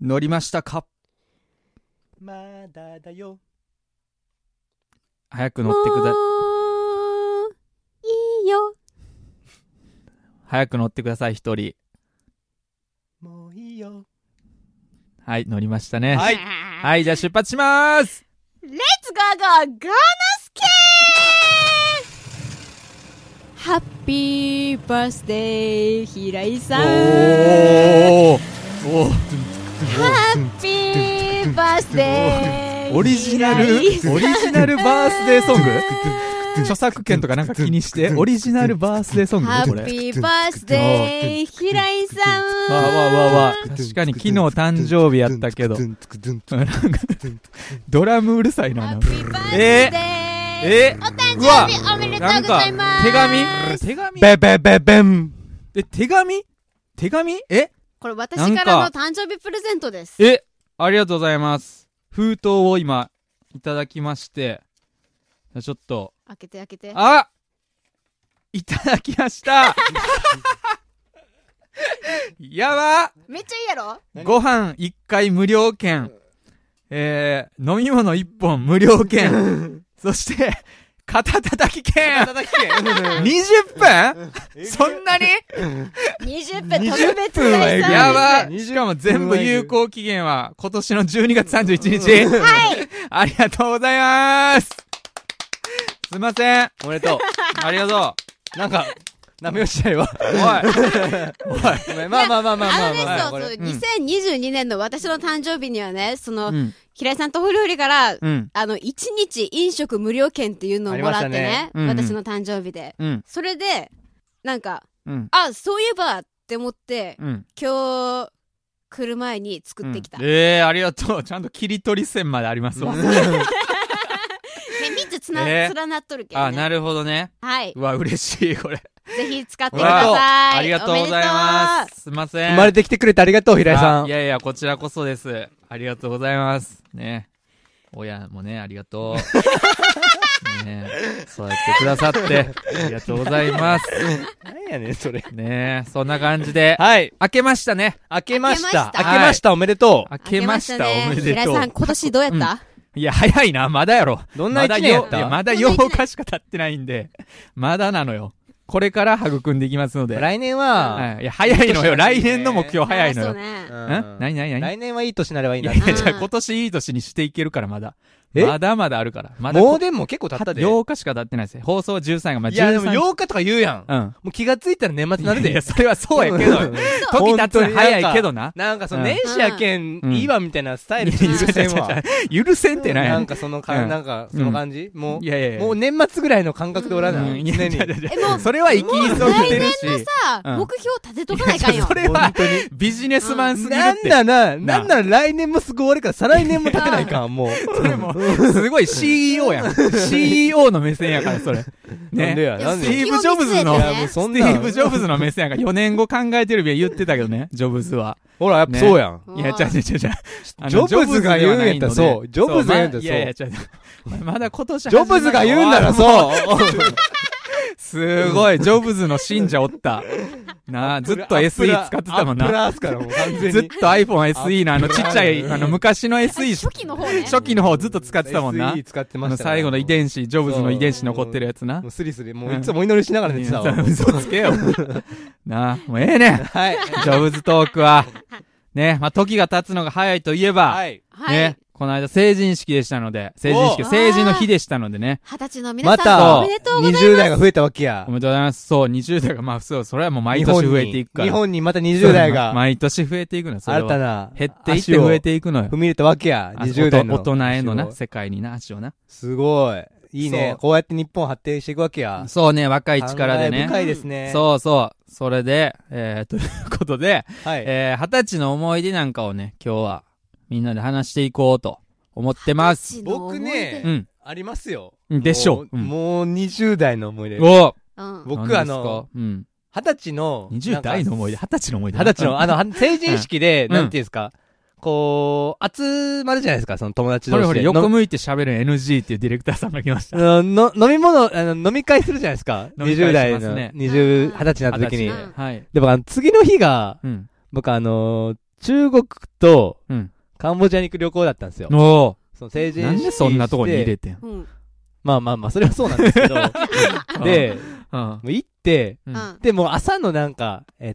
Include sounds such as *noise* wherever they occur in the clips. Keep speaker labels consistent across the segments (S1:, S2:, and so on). S1: 乗りましたか
S2: まだだよ。
S1: 早く乗ってくだ
S3: も、ういいよ。
S1: 早く乗ってください、一人。
S2: もういいよ。
S1: はい、乗りましたね。。
S2: はいい
S3: は。
S1: はいい、じゃあ出発します
S3: レッツゴーゴーゴーノスケハッピーバースデー、平井さん。ハ
S1: おーおー
S3: ッピーバースデー。
S1: *laughs* オリジナル、オ
S3: 平井
S1: リジナルバースデー
S3: *laughs*
S1: ソング著作権とかなんか気にして、オリジナルバースデーソング
S3: ハ
S1: こ
S3: ッ
S1: れ。
S3: ピーバースデー、平井さん。
S1: わあわあわあわあ確かに昨日誕生日やったけ
S3: *laughs*
S1: ど、なんか、ドラムうるさいな、
S3: ハ
S1: なん
S3: ッ
S1: か
S3: ピ。ーバースデ
S1: え
S3: ー。
S1: え
S3: お誕
S1: うわ
S3: 生日おめでとう
S1: なん
S3: ござ
S1: か
S3: いま、す。
S1: 手紙手紙
S2: べべべべん。
S1: え、手紙手紙え
S3: これ
S1: な
S3: 私
S1: んか
S3: からの誕生日プレゼントです。
S1: えありがとうございます。封筒を今、いただきまして、じゃあちょっと、
S3: 開けて開けて。
S1: あいただきました *laughs* やば
S3: めっちゃいいやろ
S1: ご飯1回無料券、えー、飲み物1本無料 *laughs* 券、そして、肩叩き券 !20 分そんなに
S3: 20分特別
S1: 分はえ
S3: 大
S1: ぐい
S3: サ
S1: や
S3: ー
S1: ば
S3: ビス
S1: しかも全部有効期限は今年の12月31日
S3: はい
S1: *laughs* ありがとうございますすいませんおめでとうありがと
S2: なんか、なめをしちゃいわ。
S1: うお
S2: ごめんまあまあまあまあま
S3: あ
S2: あ
S3: のね
S2: まあ、
S3: そう
S2: こ
S3: そう
S2: れ。
S1: ん
S3: 2022年の私の誕生日にはねその、
S1: いうん
S3: 平井さんとふりふりから、
S1: うん
S3: あの1日飲食無料券っていうのをもらってね
S2: あ
S1: りましたねうんうん
S3: 私の誕生日で
S1: うん
S3: それでなんか
S1: うん
S3: あそういえばって思って
S1: うん
S3: 今日来る前に作ってきた、
S1: うんえー、ありがとうちゃんと切り取り線までありますわ
S3: で3つつな、
S1: えー
S3: 連なっとるけど、ね、
S1: あなるほどね
S3: はい、
S1: うわ嬉しいこれ
S3: ぜひ使ってく
S1: うわ
S3: ださい
S1: ありがとうございますすいません
S2: 生まれてきてくれてありがとう、平井
S1: あ
S2: さ
S1: い
S2: ん。
S1: やいや、こちらこそです。ありがとうございます。ね。親もね、ありがと
S2: *laughs*
S1: う。ねそうやってくださって、ありがとうございます。
S2: なんやねん、それ。
S1: ねそんな感じで、
S2: はい。
S1: 開けましたね。
S2: 明けました。
S3: 明けました
S2: 明けました、おめでと
S1: 開
S3: 明
S1: けました、
S3: ね
S1: おめで
S3: 平
S1: と
S3: 井
S1: う
S3: さん。今年どうやった、
S1: うんいや、早いな、まだやろ。
S2: う。どんな一年やっ
S1: まだよいや
S2: た
S1: まだ8日しか経ってないんで、まだなのよ。これから育んでいきますので。
S2: 来年は、
S1: はい、いや、早いのよ。来年の目標早いの
S3: あ
S1: よ。
S3: そうね
S2: う
S1: うんん何何何
S2: 来年はいい年になればいい
S1: い
S2: な
S1: や
S2: っ
S1: い
S2: て。
S1: や、
S3: ん
S1: じゃあ今年いい年にしていけるからまだ。
S2: え
S1: まだまだあるから。まだ
S2: もうでも結構経ったで。
S1: 8日しか経ってないですね。放送13が、まあ、
S2: いや、で
S1: 13
S2: も8日とか言うやん。も
S1: うん。
S2: う気がついたら年末なる
S1: いや、
S2: で。
S1: それはそうやけど。時経つの早いけどな。
S2: なんかその
S1: うん
S2: 年始やけん、
S1: うん
S2: いいわみたいなスタイル
S1: い
S2: 許
S1: やいや
S2: せん
S1: いや
S2: わ。
S1: い *laughs* や許せんってな
S2: ないんかそのか、
S1: うん
S2: なんかその感じ、もう
S1: い、やいやいや。
S2: もう年末ぐらいの感覚でおら
S1: う
S2: ない、
S1: んいや
S2: 常
S1: い
S2: に。
S1: やい *laughs* や
S3: えもう
S1: それは生き急いでるし。
S3: さ
S1: うん
S3: 目標立てとかないかん
S1: い
S3: よ
S1: やそれは
S2: 本当 *laughs* に。
S1: ビジネスマンすぎる
S2: な
S1: っ
S2: ん
S1: て。
S2: なら、
S1: な
S2: なんなら来年もすぐ終わるから、再来年も立てないかん、もう。
S1: それも、すごい CEO やん。CEO の目線やから、それ。
S2: なん
S1: *laughs*
S2: で
S1: ね。
S2: や、なん
S1: ステ
S2: で
S3: い
S1: ィーブ・ジョブズ
S3: い
S1: の、
S3: や
S2: や。もう
S1: ステ
S2: そんな
S1: ィーブ・
S2: ん。
S1: ジョブズの目線やから、4年後考えてるべ言ってたけどね、ジョブズは。
S2: ほら、やっぱそうやん。
S1: いや、ちゃうちゃうちゃうちゃうあの
S2: ジョブズが言うんやったらそうジョブズが言うんやったらそう
S1: いやいや、ちゃうちゃうままだ今年
S2: ジョブズが言うんなら
S1: う。
S2: そう。
S1: すごい、ジョブズの信者おった。なあ、ずっ
S2: *laughs*
S1: と SE 使ってたもん
S2: アッ
S1: な。
S2: プラーっすから、もう完全
S1: ずっ
S2: に。
S1: と iPhone SE のあの
S2: アップ
S1: ち
S2: ル
S1: っちゃい、あの昔の
S3: あ初
S1: SE、
S3: 期の方ね
S1: 初期の方ずっと使ってたもんな
S2: SE。使って
S1: あ
S2: ま
S1: の
S2: した。
S1: 最後の遺。伝子、ジョブズの遺伝子残ってるやつな
S2: もう。スリスリ、もういつもお祈りしながら寝てたわ。
S1: いや嘘つけよ。なあ、もうええねん。 *laughs*
S2: はい。
S1: ジョブズトークは。ね、まあ、時が経つのが早いといえば、
S2: はい。
S3: はい
S1: ね、この間成人式でしたので、成人式、
S3: お
S1: 成人の日でしたのでね、
S3: 二十歳の皆
S2: ま
S3: さん
S2: た、
S3: おめでとうございます
S2: 20代が増えたわけや
S1: お。めでとうございます。そう、20代が、まあ、そう、それはもう毎
S2: 日
S1: 年
S2: 本に
S1: 増えていくから。
S2: 日本にまた20代
S1: そう
S2: が、
S1: *laughs* 毎年増えていくのよ、それ
S2: 新た
S1: は。
S2: な、
S1: 減っていって増えていく *laughs*
S2: *laughs*
S1: のよ
S2: 踏。み入れたわけや。
S1: あ
S2: 20代の。
S1: おと大人への
S2: 足
S1: な、
S2: を
S1: 世界にな、足をな。
S2: すごい。いいね
S1: そう。
S2: こうやって日本発展していくわけや。
S1: そうね、若い力で
S2: 感慨深
S1: ね。
S2: いですね。
S1: そうそう。それで、えー、と *laughs* いうことで、
S2: はい。
S1: えー、二十歳の思い出なんかをね、今日は、みんなで話していこうと思ってます。
S3: 二十歳の思い出
S2: 僕ね
S1: う
S2: 歳
S1: ん。
S2: ありますよ。
S1: でしょうう
S2: も
S1: ん
S2: もう20代の思い出。
S1: お
S3: うん
S2: 僕
S1: 何ですか
S2: あの、
S1: うん。
S2: 二十歳の。
S1: 20代の思い出、
S2: なんか
S1: 二十歳の思い出。
S2: 二十歳の、あの、は成人式で、
S1: うん
S2: なんていうんですか。こう、集まるじゃないですか、その友達
S1: こ
S2: 同
S1: れ
S2: 士
S1: こ
S2: で。
S1: れ横向いて喋る NG っていうディレクターさんが来ました。
S2: のの飲み物、あの飲み会するじゃないですか。
S1: 飲み会
S2: 20
S1: し
S2: 代
S1: ます
S2: の、
S1: ね
S2: 20、二十歳になった時に
S1: 二十
S3: う。
S1: 歳
S3: ん
S1: ではい。
S2: で、僕、あの次の日が、
S1: うん。
S2: 僕あのー中国と
S1: うん、
S2: カンボジアに行く旅行だったんですよ。
S1: お
S2: その成人
S1: ーなんでそんなとこに入れてん
S3: うん。
S2: まあまあまあ、それはそうなんです
S1: *laughs*
S2: けど。 *laughs* で、
S1: うん
S2: もう行って、
S1: う
S3: うんん。
S2: で、もう朝のなんか、え、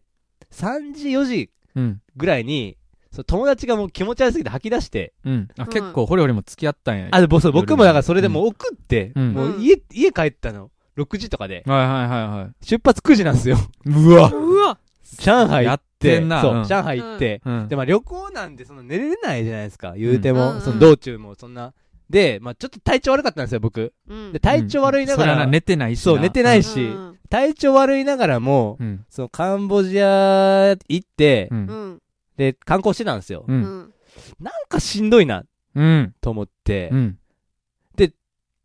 S2: 3時、4時
S1: うん。
S2: ぐらいに、そう友達がもう気持ち悪すぎて吐き出して、
S1: うん。あ、
S3: うん
S1: 結構、ホリホリも付き合ったんや。
S2: あ、で僕そう僕もだからそれでもう送って、
S1: うん
S2: もう家、家帰ったの。6時とかで。
S1: はいはいはいは
S2: 出発9時なんですよ。
S1: い。うわ
S3: うわ
S2: *laughs* 上海行
S1: や
S2: っ
S1: って
S2: て、
S1: んな。
S2: そう、
S1: うん
S2: 上海行って。
S1: うん
S2: で、まあ旅行なんで、その寝れないじゃないですか。言うて
S3: うん
S2: も、その道中もそんな。で、まあちょっと体調悪かったんですよ、僕。
S3: うん
S2: で、。体調悪いなが
S1: うんそりゃ
S2: ら、
S1: 寝てないしな。
S2: そう、寝てないし、
S3: うん
S2: 体調悪いながらも、
S1: うん。
S2: そのカンボジア行って
S1: う、。
S3: うんん。
S2: で、観光してたんですよ。
S1: う。
S3: うんん。
S2: なんかしんどいな、
S1: うん。
S2: と思って
S1: う、ん。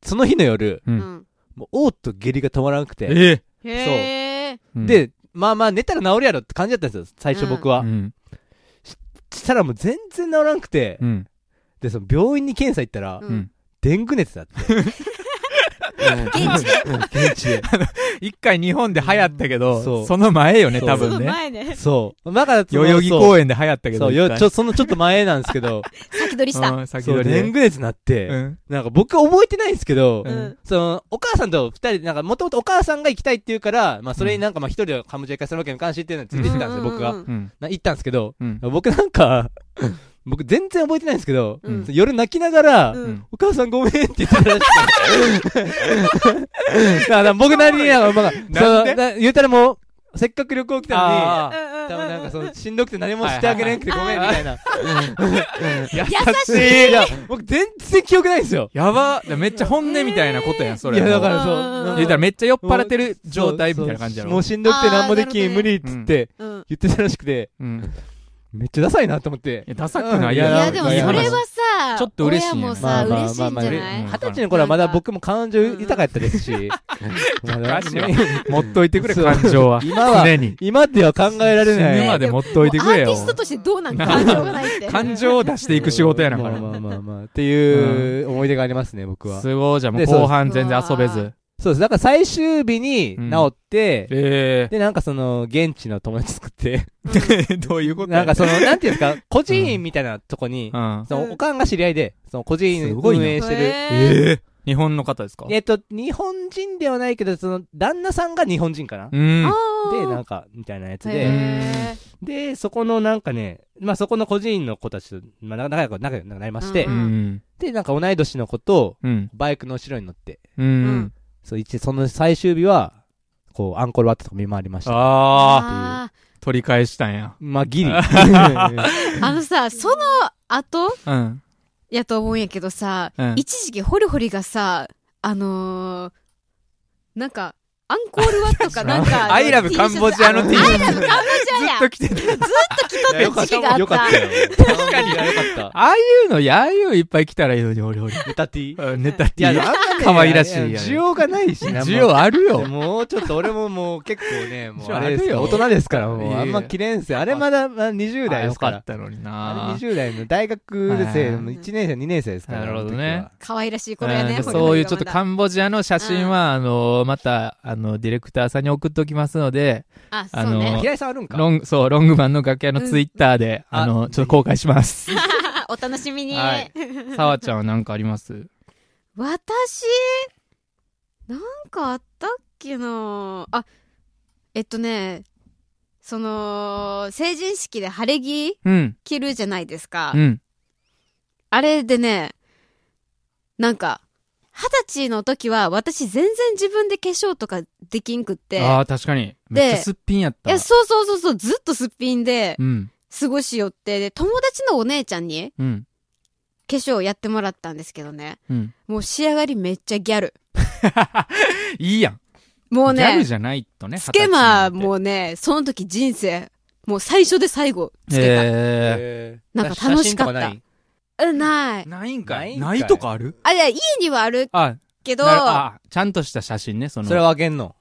S2: その日の夜、
S1: う
S3: うんん。
S2: もう、嘔吐と下痢が止まらなくて、
S1: え
S3: へえ。
S1: え、
S2: で、まあまあ寝たら治るやろって感じだったんですよ、最初僕
S1: う
S2: は。
S1: ん。
S2: したらもう全然治らなくて、
S1: うん。
S2: で、その病院に検査行ったら、
S3: うん
S1: うん。
S2: デング熱だって。現地で現地で。
S1: 一回日本で流行ったけ
S2: そ
S1: ど、
S2: う
S1: その前よね、
S2: そう
S1: 多
S3: そ
S1: 分
S3: の
S1: ね。
S3: 前ね。
S2: そう。だから、
S1: 代々木公園で流行ったけど。
S2: そう、
S1: 一
S2: よ、
S1: 回
S2: ちょ、そのちょっと前なんです
S1: *laughs*
S2: けど、
S3: 先取りした。
S1: うん先
S2: そう、
S1: 取りで
S2: デング熱なって、
S1: うん。
S2: なんか僕覚えてないんですけど、
S1: う
S3: うんん。
S2: その、お母さんと二人で、なんか、もともとお母さんが行きたいって言うから、まあ、それになんか、まあ、一人でカムジャイカスロケの監視っていうのについて行ってたんですよ、僕が。
S3: うん
S1: うん。
S2: な行ったんですけど、
S1: うん。
S2: 僕なんか、僕全然覚えてないんですけど、
S3: うん
S2: 夜泣きながら、
S3: うん
S1: うん
S2: お母さんごめんって言ってたらし
S1: *laughs*
S2: くて。 *laughs* だから僕なりになんか、まあ、
S1: なんで
S2: そのな言うたらもう、せっかく旅行来たのに、
S1: あ
S3: うんうんうん
S2: 多分なんかその、しんどくて何もしてあげれなくてごめんみたいな。 *laughs*
S1: ー優しい。
S2: いや、僕全然記憶ないんですよ。
S1: やば。めっちゃ本音みたいなことやん、それ。
S2: いや、だから
S3: うんうんうん
S2: そう。
S1: 言うたらめっちゃ酔っ払ってる
S2: そう
S1: 状態みたいな感じやろ。
S2: そうもうしんどくて何もでき
S3: あーなる
S2: ん、無
S3: ほどね
S2: 理っつって
S3: うん。
S2: 言ってたらしくて、
S1: うん。い
S2: めっちゃダサいなと思って。
S1: や、ダサくない
S2: い
S3: い
S1: や
S2: や
S3: や、でもそ
S1: いい
S3: れ
S1: 話
S3: はさ、
S1: ちょっと嬉しいね
S3: 親も
S2: ま
S3: さ、
S2: あまあ
S3: 嬉しいんじゃ
S2: ま
S3: な
S1: あ
S3: い
S1: ま
S2: 二十歳の頃はまだ僕も感情豊かやったですし。まだ
S1: 確かに。持っといてくれ、感情は。
S2: 今は
S1: 常に。
S2: 今では考えられ
S1: 死
S2: ない。
S1: ぬまで持っといてくれ
S3: も
S1: よ
S3: うアーティ。ストとしてど
S1: *laughs*
S3: うなんか感情がないって。
S1: 感情を出していく仕事やな、こ
S2: まあ
S1: れ。
S2: まあまあまあ。っていう思い出がありますね、僕は。
S1: すごい、じゃあもう
S2: でそう
S1: 後半全然遊べず。
S2: そうです。だから最終日に治って、
S1: え
S2: で、なんかその、現地の友達作って、
S1: え。どういうこと
S2: なんかその、なんていうんですか、孤児院みたいなとこに、
S1: うん。
S2: その、おかんが知り合いで、その、孤児
S1: す
S2: 院
S1: ごいな
S2: 運営してる。
S3: え
S1: ええ。日本の方ですか
S2: えっと、日本人ではないけど、その、旦那さんが日本人かな
S1: う。ん。
S2: で、なん
S3: か
S2: か、みたいなやつ
S1: へ
S2: で、で、そこのなんかね、まあそこの孤児院の子たちと、まあ仲良く、仲良くなりまして
S1: う
S3: う、
S1: ん。
S2: で、なんか同い年の子と、
S1: うん。
S2: バイクの後ろに乗って、
S1: うん。
S2: そう、一、その最終日は、こう、アンコールワットとか見回りました。
S1: ああ、
S3: あ
S1: 取り返したんや。
S2: まあ、ギリ。
S3: ーあのさ、その後
S1: うん。
S3: やと思うんやけどさ、
S1: うん
S3: 一時期ホリホリがさ、あのー、なんか、アンコールワットかなん
S1: *laughs* 。
S3: か
S1: アイラブカンボジアの T シャツ
S3: アイラブカンボジアや。ずっ
S1: 来てた。
S3: と着とった
S2: *laughs*
S3: 時期があ
S2: よ
S3: っ。
S2: かったたよ。確かに。よかっ
S1: ああいうの、いやああいうのいっぱい来たらいいのに、俺、俺。
S2: た。ネタ T?
S1: ネタって
S2: いや、
S1: いう。
S2: あんまね
S1: 可愛らしいやん
S2: 需要がない *laughs* しな、
S1: 需要ある
S2: もう
S1: よ。
S2: もうちょっと俺ももう結構 *laughs* ね、もうあれです
S1: 需要あるよ
S2: よ。大人ですから、
S1: い
S2: もう
S1: やいや
S2: あんま切れんすよ。あれまだまあ20代
S1: あ
S2: で
S1: よ
S2: すか
S1: からっ。たのに
S2: あ
S1: な
S2: れ20代の大学生の
S3: はい
S2: 1年生、2年生ですから。
S1: なるほどね
S3: 可愛らしい頃やね。
S1: うん
S3: ホリホ
S1: そうい
S3: リ
S1: う
S3: が
S1: ちょっと
S3: まだ
S1: カンボジアの写真は、あの、また、あの、ディレクターさんに送っておきますので、
S3: あ、
S1: あ
S3: そ
S1: の
S3: う
S2: あの時は。
S3: ね。
S2: 平井さんあるんか
S1: ロング、そう、ロングマンの楽屋の
S3: うん
S1: ツイッターで、
S2: あ
S1: あの、ちょっと公開し
S3: *laughs*
S1: ます。
S3: お楽しみに。
S1: はいさわちゃんは何かあります
S3: 私、なんかあったっけなあ、えっとね、その、成人式で晴れ着
S1: うん。
S3: 着るじゃないですか。
S1: うん。
S3: あれでね、なんか、二十歳の時は私全然自分で化粧とかできんくって。
S1: ああ、確かに。めっちゃすっぴんやっ
S3: い
S1: た。
S3: や、そうそうそうそう、ずっとすっぴんで
S1: うん。
S3: 過ごしよって、で、友達のお姉ちゃんに
S1: うん。
S3: 化粧をやってもらったんですけどね。
S1: うん。
S3: もう仕上がりめっちゃギャル。
S1: いいやん。
S3: もう
S1: ギャル
S3: ね、
S1: じゃないとね。
S3: つけま、も
S1: う。
S3: うね、その時人生、もう最初で最後つけた。
S1: え
S2: えー
S3: なんか楽しかった
S2: 写真と
S3: うん、ない
S1: ー。。ないんかい
S2: ないんかい
S1: ある
S3: あ、いや、家にはある
S1: あ、
S3: けど、
S1: なるあ、ちゃんとした写真ね、そ
S2: か
S1: の。
S2: それはあげんの。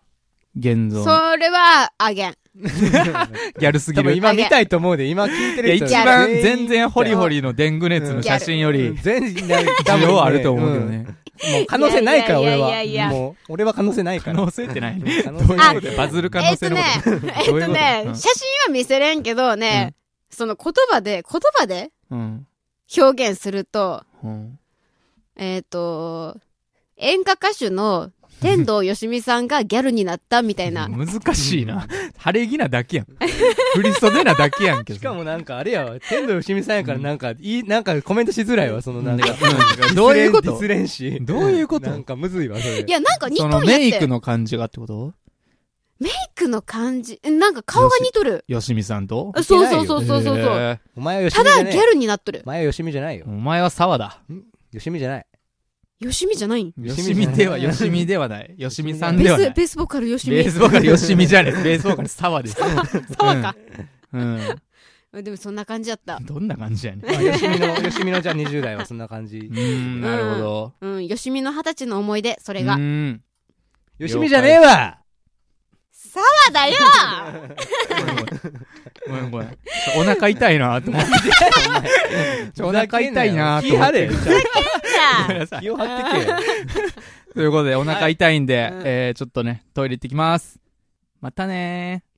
S1: 現像の。
S3: それは、あげん。
S1: ギャルすぎ
S2: 多分
S1: る。
S2: 今見たいと思うで、今聞いて
S1: いや、
S2: る
S1: 一
S2: 人
S1: 番
S2: 全員
S1: 全然ホリホリのデング熱の写真より、
S2: 全員なんか多
S1: 需
S2: 分ね
S1: 要あると思うけどね。
S2: うんもう可能性ないから、
S3: いや
S2: 俺
S3: いやいや
S2: はい
S3: やいや。
S2: もう、俺は可能性ない
S1: 可
S2: から。
S1: 能性って
S2: *laughs*
S1: ないね。
S2: 可能
S1: どういう
S2: 性な
S1: こ
S2: い
S1: とバズる可能
S3: え
S1: *laughs*
S3: っと
S1: 性の
S3: ね
S1: こ、
S3: えっと
S1: どういうこと
S3: ね
S1: う、ん
S3: 写真は見せれんけどね、その言葉で、言葉で
S1: うん。
S3: 表現すると、
S1: うん。
S3: えっ、と、演歌歌手の天童よしみさんがギャルになったみたいな。
S1: 難しいな。晴れ着なだけやん。振り袖なだけやんけど。
S2: しかもなんかあれやわ、天童よしみさんやからなんか、いい、なんかコメントしづらいわ、そのなんか。
S1: どういうこと
S2: ディスレンシー。
S1: どういうこと
S2: なんかむずいわ、それ。
S3: いや、なんか似と
S1: そ
S3: んやっ
S1: の
S3: て。
S1: メイクの感じがってこと
S3: メイクの感じ。えなんか顔が似とる。
S1: よしみさんと
S3: あそうそうそうそうそうそう。
S1: へー
S2: お前はよし
S3: た
S2: みじゃ
S3: だ
S2: ね
S3: ギャ
S2: え。
S3: ルになっとる
S2: お。前はよしみじゃないよ
S1: お。前は沢だ。
S2: よしみじゃない。
S3: よしみじゃないん
S1: よしみでは、よしみではない。よしみさん
S3: ベ
S1: ではな
S3: ース、
S1: い。
S3: ベースボーカルよしみ。
S1: ベースボーカルよしみじゃねえ。ベースボーカル沢です。
S3: 沢か。
S1: うん。
S3: でもそんな感じだった。
S1: どんな感じやねん。
S2: まあよしみの、 *laughs* よしみのじゃあ20代はそんな感じ
S1: う。ん、なるほど。
S3: うん、よしみの二十歳の思い出、それ
S1: う
S3: が。
S1: ん。
S2: よしみじゃねえわ
S3: 沢だよ
S1: *laughs* ごめんごめん。お腹痛いなと思って。
S2: *laughs*
S1: お腹痛いなと
S2: 気
S1: 思っ
S2: 張
S1: て
S2: れ。。
S3: さあ
S2: 気を張ってけよ。
S1: ということで、お腹痛いんで、
S3: うん
S1: えー、ちょっとね、トイレ行ってきます。またねー。